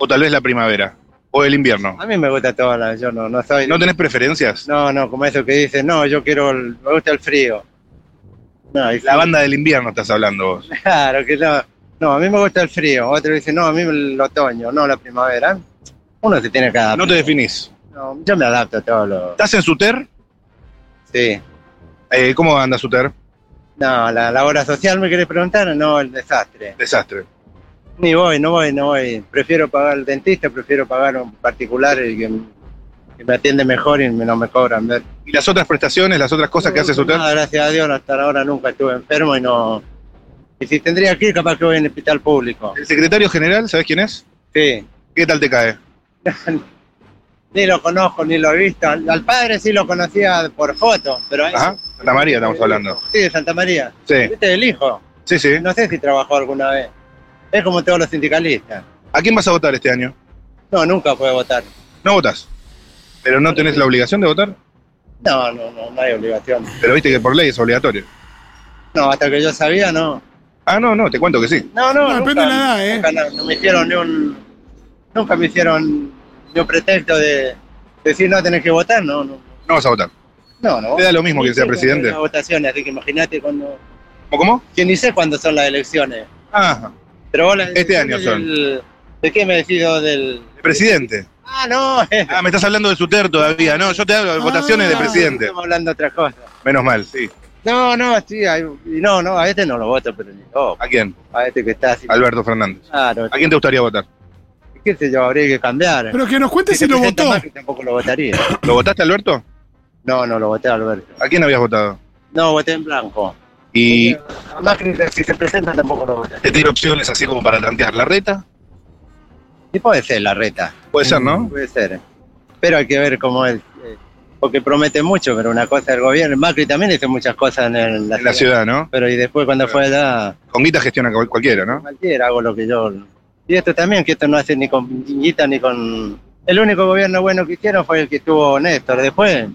Speaker 3: ¿O tal vez la primavera? ¿O el invierno?
Speaker 8: A mí me gusta todo, la- yo no, no soy.
Speaker 3: ¿No tenés preferencias?
Speaker 8: no, no, como eso que dicen, no, yo quiero. el- me gusta el frío. No, y
Speaker 3: La banda del invierno estás hablando vos.
Speaker 8: Claro que no. No, a mí me gusta el frío. Otro dice, no, a mí el otoño, no la primavera. Uno se tiene que adaptar.
Speaker 3: No te definís.
Speaker 8: No, yo me adapto a todo lo.
Speaker 3: ¿Estás en Suter?
Speaker 8: Sí.
Speaker 3: Eh, ¿Cómo anda Suter?
Speaker 8: No, la, la obra social me querés preguntar, no, el desastre.
Speaker 3: Desastre.
Speaker 8: Ni voy, no voy, no voy. Prefiero pagar al dentista, prefiero pagar a un particular y que, que me atiende mejor y me- no me cobran. ¿ver?
Speaker 3: ¿Y las otras prestaciones, las otras cosas que hace Suter?
Speaker 8: No, gracias a Dios, hasta ahora nunca estuve enfermo y no. Y si tendría que ir, capaz que voy en el hospital público.
Speaker 3: ¿El secretario general, sabes quién es?
Speaker 8: Sí.
Speaker 3: ¿Qué tal te cae?
Speaker 8: Ni lo conozco, ni lo he visto. Al, al padre sí lo conocía por foto, pero a
Speaker 3: Ajá,
Speaker 8: ese-
Speaker 3: Santa María estamos hablando.
Speaker 8: Sí, de Santa María.
Speaker 3: Sí,
Speaker 8: Este es el hijo.
Speaker 3: sí, sí.
Speaker 8: No sé si trabajó alguna vez. Es como todos los sindicalistas.
Speaker 3: ¿A quién vas a votar este año?
Speaker 8: No, nunca fue a votar.
Speaker 3: No votas. ¿Pero no tenés la obligación de votar?
Speaker 8: No, no, no, no hay obligación.
Speaker 3: Pero viste que por ley es obligatorio.
Speaker 8: No, hasta que yo sabía, no.
Speaker 3: Ah, no, no, te cuento que sí.
Speaker 8: No, no,
Speaker 2: No, depende
Speaker 8: nunca,
Speaker 2: de la edad, ¿eh?
Speaker 8: nunca, no, no me hicieron ni un. Nunca me hicieron ni un pretexto de decir no tenés que votar, no, no.
Speaker 3: No vas a votar.
Speaker 8: No, no.
Speaker 3: ¿Te da lo mismo que sea presidente?
Speaker 8: Las votaciones, así que imagínate cuando.
Speaker 3: ¿Cómo? cómo? Ah,
Speaker 8: Que ni sé cuándo son las elecciones.
Speaker 3: Ajá.
Speaker 8: Pero vos las
Speaker 3: Este año
Speaker 8: decisiones del- ¿De qué me decido del...?
Speaker 3: Presidente.
Speaker 8: Ah, no.
Speaker 3: Ah, me estás hablando de Suter todavía. No, yo te hablo de votaciones de
Speaker 2: Ah.
Speaker 3: presidente.
Speaker 8: Estamos hablando de otra cosa.
Speaker 3: Menos mal, sí.
Speaker 8: No, no, sí. hay- y no, no, a este no lo voto, pero ni oh,
Speaker 3: ¿A quién?
Speaker 8: A este que está así.
Speaker 3: Alberto Fernández.
Speaker 8: Claro,
Speaker 3: ¿A quién te gustaría votar?
Speaker 8: qué sé yo, habría que cambiar.
Speaker 2: Pero que nos cuente
Speaker 3: este
Speaker 2: si
Speaker 8: se
Speaker 2: lo
Speaker 8: presenta
Speaker 2: votó.
Speaker 8: Macri, tampoco lo votaría.
Speaker 3: ¿Lo votaste, Alberto?
Speaker 8: No, no lo voté, Alberto.
Speaker 3: ¿A quién habías votado?
Speaker 8: No, voté en blanco.
Speaker 3: Y
Speaker 8: A Macri, si se presenta, tampoco lo voté.
Speaker 3: te tiro opciones así como para tantear. ¿La reta?
Speaker 8: Y puede ser la reta.
Speaker 3: Puede ser, ¿no?
Speaker 8: Puede ser. Pero hay que ver cómo es. eh, Porque promete mucho, pero una cosa del gobierno. Macri también hizo muchas cosas en, el-
Speaker 3: En la ciudad, ¿no?
Speaker 8: Pero y después cuando fue allá,
Speaker 3: Con guita gestiona cual- cualquiera, ¿no?
Speaker 8: este cualquiera hago lo que yo. Y esto también, que esto no hace ni con guita ni con El único gobierno bueno que hicieron fue el que tuvo Néstor. Después,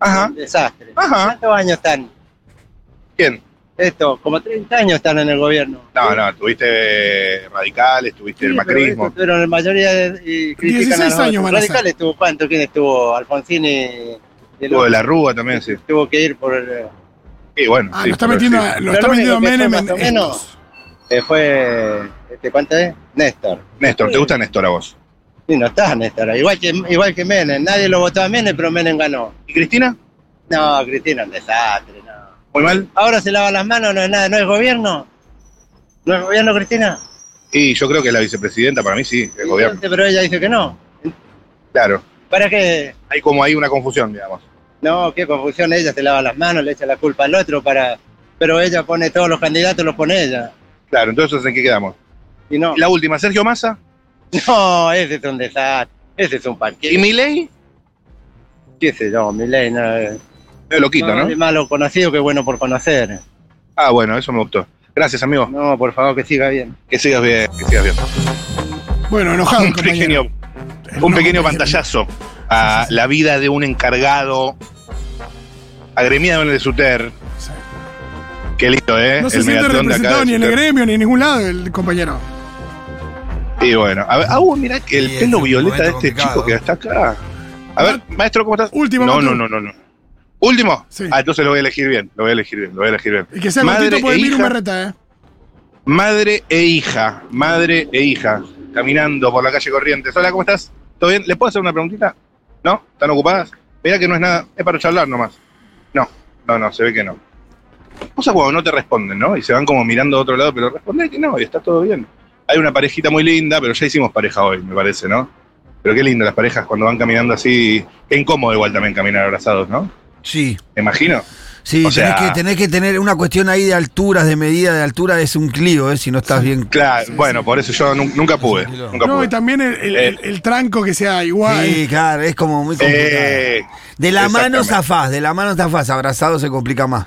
Speaker 3: Ajá.
Speaker 8: un desastre.
Speaker 3: Ajá.
Speaker 8: ¿Cuántos años están?
Speaker 3: ¿Quién?
Speaker 8: Esto, como 30 años están en el gobierno.
Speaker 3: No, no, eh, tuviste radicales, tuviste el
Speaker 8: Sí, pero
Speaker 3: macrismo.
Speaker 8: estos Tuvieron la mayoría de, y critican a
Speaker 2: 16
Speaker 8: los
Speaker 2: años
Speaker 8: otros.
Speaker 2: van a ser.
Speaker 8: radicales. Estuvo cuánto? ¿Quién estuvo? Alfonsín y. y
Speaker 3: Tuvo
Speaker 8: el
Speaker 3: de
Speaker 8: otro.
Speaker 3: la Rúa también, sí.
Speaker 8: Tuvo que ir por. el-
Speaker 3: Y bueno,
Speaker 2: Ah,
Speaker 3: sí,
Speaker 2: lo está
Speaker 3: pero
Speaker 2: metiendo,
Speaker 3: sí.
Speaker 2: a- lo
Speaker 8: Lo
Speaker 2: está
Speaker 8: único
Speaker 2: metiendo
Speaker 8: que fue
Speaker 2: Menem
Speaker 8: más
Speaker 2: en
Speaker 8: o menos-
Speaker 2: estos.
Speaker 8: que eh, fue. Este, ¿Cuánto es? Néstor.
Speaker 3: Néstor, ¿te gusta Néstor a vos?
Speaker 8: Y no está Néstor. Igual que, igual que Menem. Nadie lo votó a Menem, pero Menem ganó.
Speaker 3: ¿Y Cristina?
Speaker 8: No, Cristina, un desastre. No.
Speaker 3: ¿Muy mal?
Speaker 8: Ahora se lava las manos, no es nada, no es gobierno. ¿No es gobierno, Cristina?
Speaker 3: Y yo creo que la vicepresidenta, para mí sí, el gobierno.
Speaker 8: Pero ella dice que no.
Speaker 3: Claro.
Speaker 8: ¿Para qué?
Speaker 3: Hay como ahí una confusión, digamos.
Speaker 8: No, qué confusión, ella se lava las manos, le echa la culpa al otro para... Pero ella pone todos los candidatos, los pone ella.
Speaker 3: Claro, entonces ¿en qué quedamos?
Speaker 8: Y no,
Speaker 3: Y La última, Sergio Massa.
Speaker 8: no, ese es un desastre, ese es un
Speaker 3: ¿Y
Speaker 8: parque.
Speaker 3: Milei?
Speaker 8: ¿Qué sé yo, Milei? No,
Speaker 3: Me lo quito, ¿no?
Speaker 8: Es malo conocido que bueno por conocer.
Speaker 3: Ah, bueno, eso me gustó. Gracias, amigo.
Speaker 8: No, por favor, que siga bien.
Speaker 3: Que sigas bien, que sigas bien.
Speaker 2: Bueno, enojado,
Speaker 3: Un
Speaker 2: compañero.
Speaker 3: pequeño,
Speaker 2: Enojado,
Speaker 3: un pequeño
Speaker 2: compañero.
Speaker 3: pantallazo a la vida de un encargado agremiado en el SUTER.
Speaker 2: Sí.
Speaker 3: Qué lindo, ¿eh?
Speaker 2: No se
Speaker 3: el
Speaker 2: siente
Speaker 3: megatrón de acá.
Speaker 2: representado
Speaker 3: del
Speaker 2: ni en el
Speaker 3: SUTER.
Speaker 2: gremio ni en ningún lado el compañero.
Speaker 3: Y bueno, a ver, ah, uh, mirá que el
Speaker 4: Sí, es
Speaker 3: pelo
Speaker 4: un
Speaker 3: violeta de
Speaker 4: momento
Speaker 3: este
Speaker 4: complicado.
Speaker 3: chico que está acá. A ver, maestro, ¿cómo estás?
Speaker 2: Último,
Speaker 3: No,
Speaker 2: Matú.
Speaker 3: no, no, no, no. ¿Último?
Speaker 2: Sí.
Speaker 3: Ah, entonces lo voy a elegir bien, lo voy a elegir bien, lo voy a elegir bien.
Speaker 2: Y que sea
Speaker 3: Madre
Speaker 2: cortito
Speaker 3: e
Speaker 2: puede venir
Speaker 3: hija.
Speaker 2: una reta, ¿eh?
Speaker 3: Madre e hija, madre e hija, caminando por la calle Corrientes. Hola, ¿cómo estás? ¿Todo bien? ¿Les puedo hacer una preguntita? ¿No? ¿Están ocupadas? Mirá que no es nada, es para charlar nomás. No, no, no, se ve que no. Cosas cuando no te responden, ¿no? Y se van como mirando a otro lado, pero responde que no, y está todo bien. Hay una parejita muy linda, pero ya hicimos pareja hoy, me parece, ¿no? Pero qué linda las parejas cuando van caminando así. Qué incómodo igual también caminar abrazados, ¿no?
Speaker 4: Sí.
Speaker 3: Me imagino.
Speaker 4: Sí,
Speaker 3: O sea-
Speaker 4: tenés, que, tenés que tener una cuestión ahí de alturas, de medida, de altura, es un clío, ¿eh? si no estás bien.
Speaker 3: Claro, bueno, por eso yo nun- nunca pude.
Speaker 4: Sí,
Speaker 3: Nunca
Speaker 2: No, y
Speaker 3: pude.
Speaker 2: también el, el-
Speaker 3: Eh.
Speaker 2: el- el tranco que sea igual.
Speaker 4: Sí, claro, es como muy complicado.
Speaker 3: Eh,
Speaker 4: de la mano
Speaker 3: exactamente.
Speaker 4: zafás, de la mano zafás, abrazado se complica más.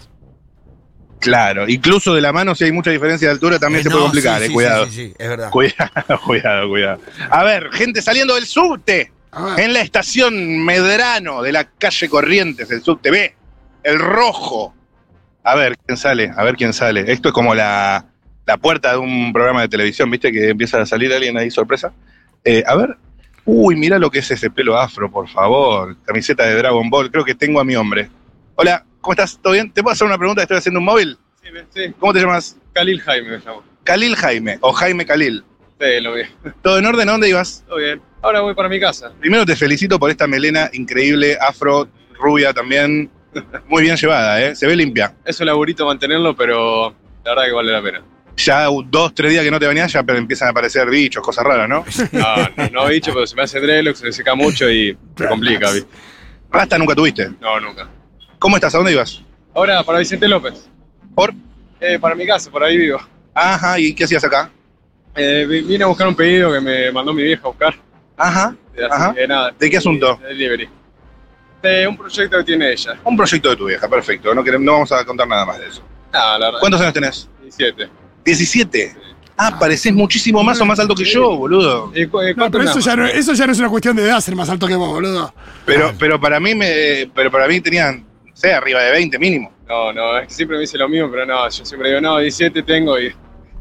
Speaker 3: Claro, incluso de la mano, si hay mucha diferencia de altura, también
Speaker 4: Eh,
Speaker 3: se
Speaker 4: no,
Speaker 3: puede complicar,
Speaker 4: sí,
Speaker 3: eh,
Speaker 4: sí,
Speaker 3: cuidado.
Speaker 4: Sí, sí, sí, es verdad.
Speaker 3: Cuidado, cuidado, cuidado. A ver, gente saliendo del subte,
Speaker 2: A ver.
Speaker 3: en la estación Medrano de la calle Corrientes, el subte B, el rojo. A ver, ¿quién sale? A ver quién sale. Esto es como la, la puerta de un programa de televisión, ¿viste? Que empieza a salir alguien ahí, sorpresa. Eh, a ver. Uy, mira lo que es ese pelo afro, por favor. Camiseta de Dragon Ball, creo que tengo a mi hombre. Hola, ¿cómo estás? ¿Todo bien? ¿Te puedo hacer una pregunta? Estoy haciendo un móvil.
Speaker 9: Sí, sí,
Speaker 3: ¿Cómo te llamas?
Speaker 9: Khalil Jaime me llamo.
Speaker 3: Khalil Jaime o Jaime Khalil.
Speaker 9: Sí, lo vi.
Speaker 3: ¿Todo en orden? ¿A dónde ibas?
Speaker 9: Todo bien. Ahora voy para mi casa.
Speaker 3: Primero te felicito por esta melena increíble, afro, rubia también. Muy bien llevada, ¿eh? Se ve limpia.
Speaker 9: Es un laburito mantenerlo, pero la verdad que vale la pena.
Speaker 3: Ya dos, tres días que no te bañás, ya pe- empiezan a aparecer bichos, cosas raras, ¿no?
Speaker 9: No, no, no he dicho, pero se me hace dreadlock, se me seca mucho y se complica, ¿viste?
Speaker 3: Rasta nunca tuviste.
Speaker 9: No, nunca.
Speaker 3: ¿Cómo estás? ¿A dónde ibas?
Speaker 9: Ahora para Vicente López.
Speaker 3: ¿Por?
Speaker 9: Eh, para mi casa, por ahí vivo.
Speaker 3: Ajá, ¿y qué hacías acá?
Speaker 9: Eh, vi- vine a buscar un pedido que me mandó mi vieja a buscar.
Speaker 3: Ajá.
Speaker 9: Así
Speaker 3: Ajá.
Speaker 9: que nada.
Speaker 3: ¿De qué asunto?
Speaker 9: De delivery. De un proyecto que tiene ella.
Speaker 3: Un proyecto de tu vieja, perfecto. No, queremos- no vamos a contar nada más de eso.
Speaker 9: Nada, Ah, la verdad.
Speaker 3: ¿Cuántos años tenés?
Speaker 9: 17.
Speaker 3: 17. Ah, parecés muchísimo más o más alto que yo, boludo.
Speaker 9: Eh, cu- eh,
Speaker 2: No,
Speaker 9: ¿cuánto
Speaker 2: pero eso
Speaker 9: nada?
Speaker 2: ya no, eso ya no es una cuestión de edad ser más alto que vos, boludo.
Speaker 3: Pero, pero para mí me, pero para mí tenían, no sé, arriba de 20 mínimo.
Speaker 9: No, no, es que siempre me dice lo mismo, pero no, yo siempre digo, no, 17 tengo y...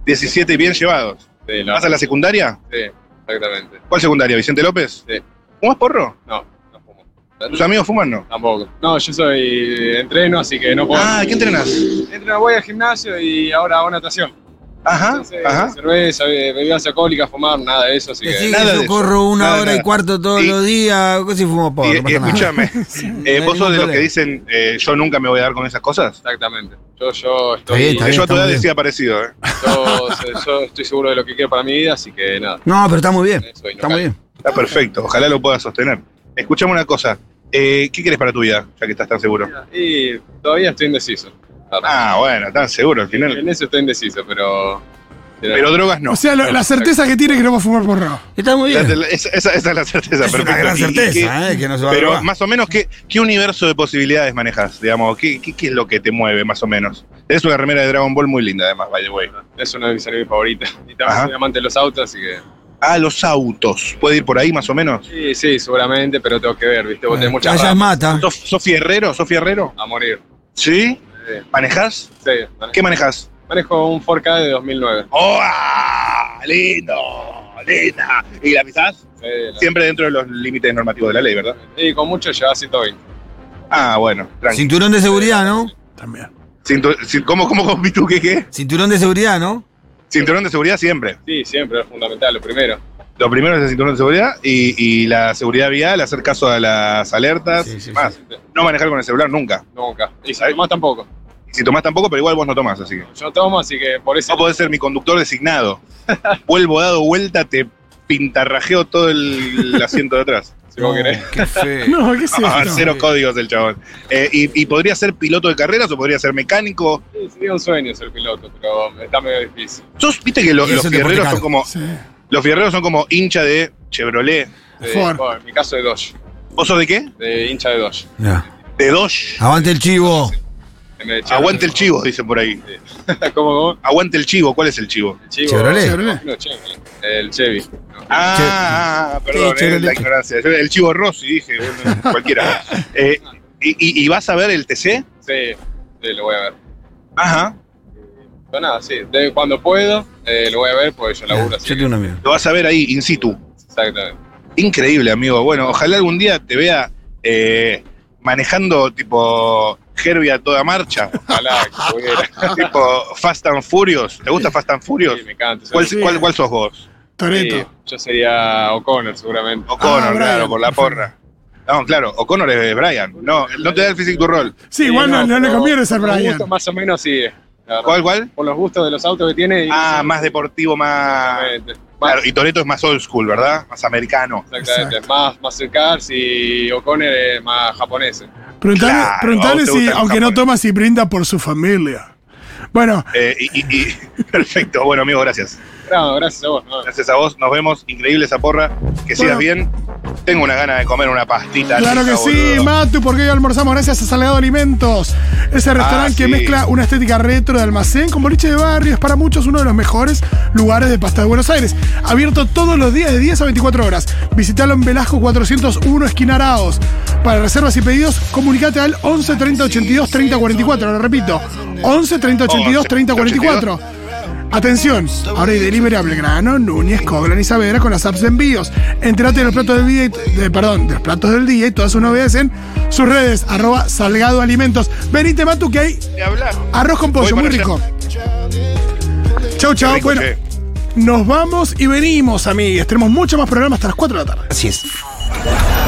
Speaker 3: 17 bien llevados.
Speaker 9: Sí, no,
Speaker 3: ¿Vas a la secundaria?
Speaker 9: sí, exactamente.
Speaker 3: ¿Cuál secundaria? ¿Vicente López?
Speaker 9: Sí.
Speaker 3: ¿Fumas porro?
Speaker 9: No, no fumo.
Speaker 3: ¿Tus amigos fuman no?
Speaker 9: Tampoco. No, yo soy eh, entreno, así que no puedo.
Speaker 3: Ah, ¿qué entrenás?
Speaker 9: Entreno, voy al gimnasio y ahora hago natación.
Speaker 3: Ajá,
Speaker 9: Entonces,
Speaker 3: Ah, ajá.
Speaker 9: cerveza, be- bebidas alcohólicas, fumar, nada de eso, así
Speaker 4: Que
Speaker 9: que.
Speaker 4: sí, que
Speaker 3: eh, nada de
Speaker 4: yo
Speaker 3: eso,
Speaker 4: corro una
Speaker 3: nada,
Speaker 4: hora
Speaker 3: nada.
Speaker 4: y cuarto todos
Speaker 3: Y-
Speaker 4: los días, si fumo
Speaker 3: Y,
Speaker 4: porro, no
Speaker 3: y
Speaker 4: pasa
Speaker 3: escúchame,
Speaker 4: nada.
Speaker 3: eh,
Speaker 4: no hay
Speaker 3: ¿vos sos
Speaker 4: ningún
Speaker 3: de los que
Speaker 4: problema.
Speaker 3: dicen eh, yo nunca me voy a dar con esas cosas?
Speaker 9: Exactamente. Yo, yo
Speaker 4: Está
Speaker 9: estoy.
Speaker 4: bien, está
Speaker 3: Porque yo a tu
Speaker 4: está
Speaker 3: edad
Speaker 4: muy bien.
Speaker 3: decía parecido, ¿eh?
Speaker 9: Yo, yo estoy seguro de lo que quiero para mi vida, así que nada.
Speaker 4: No, pero está muy bien.
Speaker 9: en eso y no
Speaker 4: Está muy
Speaker 9: caigo.
Speaker 4: bien.
Speaker 3: Está perfecto, ojalá lo puedas sostener. Escuchame una cosa, eh, ¿qué querés para tu vida, ya que estás tan seguro?
Speaker 9: Y todavía estoy indeciso.
Speaker 3: Ah, bueno, tan seguro al final.
Speaker 9: en eso estoy indeciso, pero.
Speaker 3: Pero drogas no.
Speaker 2: O sea, lo- la certeza que tiene es que no va a fumar porro.
Speaker 4: Está muy
Speaker 3: La-
Speaker 4: bien.
Speaker 3: la- Esa, esa- esa es la certeza,
Speaker 4: Es una
Speaker 3: perfecto.
Speaker 4: gran
Speaker 3: Y- y
Speaker 4: certeza,
Speaker 3: que-
Speaker 4: ¿eh? Que no se va a
Speaker 3: Pero
Speaker 4: robar.
Speaker 3: más o menos, ¿qué, qué universo de posibilidades manejas? Digamos, ¿qué, qué, qué es lo que te mueve más o menos? Es una remera de Dragon Ball muy linda, además, by the way.
Speaker 9: es una de mis series favoritas. Y también
Speaker 3: Ajá.
Speaker 9: soy amante de los autos, así que.
Speaker 3: a Ah, los autos. ¿Puede ir por ahí más o menos?
Speaker 9: Sí, sí, seguramente, pero tengo que ver, ¿viste? Vos tenés muchas
Speaker 4: Callas
Speaker 9: ramas
Speaker 4: mata.
Speaker 3: ¿Sos, sos fierrero? ¿Sos fierrero?
Speaker 9: a morir.
Speaker 3: ¿Sí?
Speaker 9: Sí,
Speaker 3: ¿Manejás?
Speaker 9: sí, manejo-
Speaker 3: ¿Qué manejás?
Speaker 9: Manejo un 4K de 2009.
Speaker 3: ¡Oh! ah, ¡Lindo! ¡Linda! ¿Y la pisás?
Speaker 9: Sí, la-
Speaker 3: Siempre dentro de los límites normativos de la ley, ¿verdad?
Speaker 9: Y con mucho llevas 120.
Speaker 3: Ah, bueno, tranqui.
Speaker 4: Cinturón de seguridad, ¿no?
Speaker 2: También.
Speaker 3: Cintu- cin- ¿Cómo, cómo, cómo, Pitu, qué, qué?
Speaker 4: Cinturón de seguridad, ¿no?
Speaker 3: Cinturón de seguridad siempre.
Speaker 9: Sí, siempre, es fundamental, lo primero.
Speaker 3: Lo primero es el cinturón de seguridad y, y la seguridad vial, hacer caso a las alertas
Speaker 4: Sí, sí,
Speaker 3: y más.
Speaker 9: Sí,
Speaker 3: No manejar con el celular nunca.
Speaker 9: Nunca. Y si tomás tampoco.
Speaker 3: Y si tomás tampoco, pero igual vos no tomás, así que.
Speaker 9: Yo tomo, así que por eso.
Speaker 3: No podés ser mi conductor designado. Vuelvo dado vuelta, te pintarrajeo todo el asiento de atrás.
Speaker 9: si vos querés.
Speaker 4: qué feo.
Speaker 2: No, ¿qué es esto?
Speaker 3: Ah, cero códigos el chabón. Eh, y, y podría ser piloto de carreras o podría ser mecánico.
Speaker 9: Sí, sería un sueño ser piloto, pero está medio difícil.
Speaker 3: Sos, viste que lo-
Speaker 4: Y es
Speaker 3: los
Speaker 4: el deporte
Speaker 3: fierreros
Speaker 4: caro.
Speaker 3: son como.
Speaker 2: Sí.
Speaker 3: Los fierreros son como hincha de Chevrolet.
Speaker 9: De-
Speaker 2: Ford.
Speaker 9: bueno, en mi caso de Dodge,
Speaker 3: ¿Vos sos de qué?
Speaker 9: de hincha de Dodge.
Speaker 4: Ya.
Speaker 3: De Dodge.
Speaker 4: Aguante el chivo.
Speaker 9: En vez de
Speaker 3: Aguante el chivo, dicen por ahí.
Speaker 9: Chevrolet. ¿Cómo, cómo?
Speaker 3: Aguante el chivo, ¿cuál es el chivo?
Speaker 9: El chivo.
Speaker 4: Chevrolet.
Speaker 2: Chevrolet.
Speaker 9: No, Chevy. eh, El Chevy.
Speaker 3: Ah, ah, perdón,
Speaker 4: Sí,
Speaker 3: eh, la
Speaker 4: Chevrolet.
Speaker 3: ignorancia. Yo- El chivo Rossi, dije, bueno, cualquiera. Eh, y, y- y vas a ver el TC?
Speaker 9: Sí, sí, lo voy a ver.
Speaker 3: Ajá.
Speaker 9: Pero nada, sí, de cuando puedo, eh, lo voy a ver porque yo laburo
Speaker 4: Yo
Speaker 9: así.
Speaker 4: tengo un amigo.
Speaker 3: Lo vas a ver ahí, in situ.
Speaker 9: Exactamente.
Speaker 3: Increíble, amigo. Bueno, ojalá algún día te vea eh, manejando tipo Herbie a toda marcha.
Speaker 9: Ojalá que pudiera.
Speaker 3: tipo Fast and Furious. ¿Te gusta Fast and Furious?
Speaker 9: Sí, me encanta.
Speaker 3: ¿Cuál,
Speaker 2: Sí.
Speaker 3: cuál- cuál sos vos?
Speaker 9: Sí,
Speaker 2: Toreto. Ah,
Speaker 9: yo sería O'Connor seguramente.
Speaker 3: O'Connor,
Speaker 2: Brian.
Speaker 3: claro, por la porra. No, claro, O'Connor es Brian. No, no te da el physique du rol.
Speaker 2: Sí, igual no, no le
Speaker 9: pero
Speaker 2: conviene ser
Speaker 9: por los
Speaker 2: Brian.
Speaker 9: gustos más o menos sí. la verdad.
Speaker 3: ¿Cuál, cuál?
Speaker 9: Por los gustos de los autos que tiene. y-
Speaker 3: Ah, más deportivo, más.
Speaker 9: Exactamente. Más-
Speaker 3: Ah, Claro, y Toreto es más old school, ¿verdad? Más americano.
Speaker 9: Exactamente, más, más el Cars y O'Connor es más japonés.
Speaker 2: Preguntale,
Speaker 3: Claro,
Speaker 2: preguntale
Speaker 3: a vos te
Speaker 2: si,
Speaker 3: gustan los
Speaker 2: aunque no
Speaker 3: japoneses.
Speaker 2: toma, si brinda por su familia. Bueno,
Speaker 3: Eh, y, y- y- perfecto, bueno, amigo, gracias.
Speaker 9: Claro, gracias a vos. ¿no?
Speaker 3: Gracias a vos, nos vemos. Increíble esa porra. Que sigas
Speaker 2: Bueno.
Speaker 3: bien. Tengo una gana de comer una pastita.
Speaker 2: claro que
Speaker 3: rica,
Speaker 2: sí,
Speaker 3: boludo.
Speaker 2: Matu, porque hoy almorzamos gracias a Salgado Alimentos. Ese restaurante que
Speaker 3: Ah, sí.
Speaker 2: mezcla una estética retro de almacén con boliche de barrio. Es para muchos uno de los mejores lugares de pasta de Buenos Aires. Abierto todos los días de 10 a 24 horas. Visitalo en Velasco 401 Esquina Araos. Para reservas y pedidos, comunicate al 11 30 82 30 44. Lo repito, 11 30
Speaker 3: Oh,
Speaker 2: 82 30 44. Atención, ahora hay delivery a Belgrano, Núñez, Coglan y Saavedra con las apps de envíos. Entrate de los platos del día, y- de, perdón, de los platos del día y todas sus novedades en sus redes, arroba Salgado Alimentos. Venite, Matu, que hay
Speaker 3: Ni hablar.
Speaker 2: arroz con pollo, muy
Speaker 3: Voy para
Speaker 2: rico. Chau, chau.
Speaker 3: rico,
Speaker 2: Ah, bueno,
Speaker 3: che.
Speaker 2: nos vamos y venimos, amigues. Tenemos muchos más programas hasta las 4 de la tarde.
Speaker 1: Así es.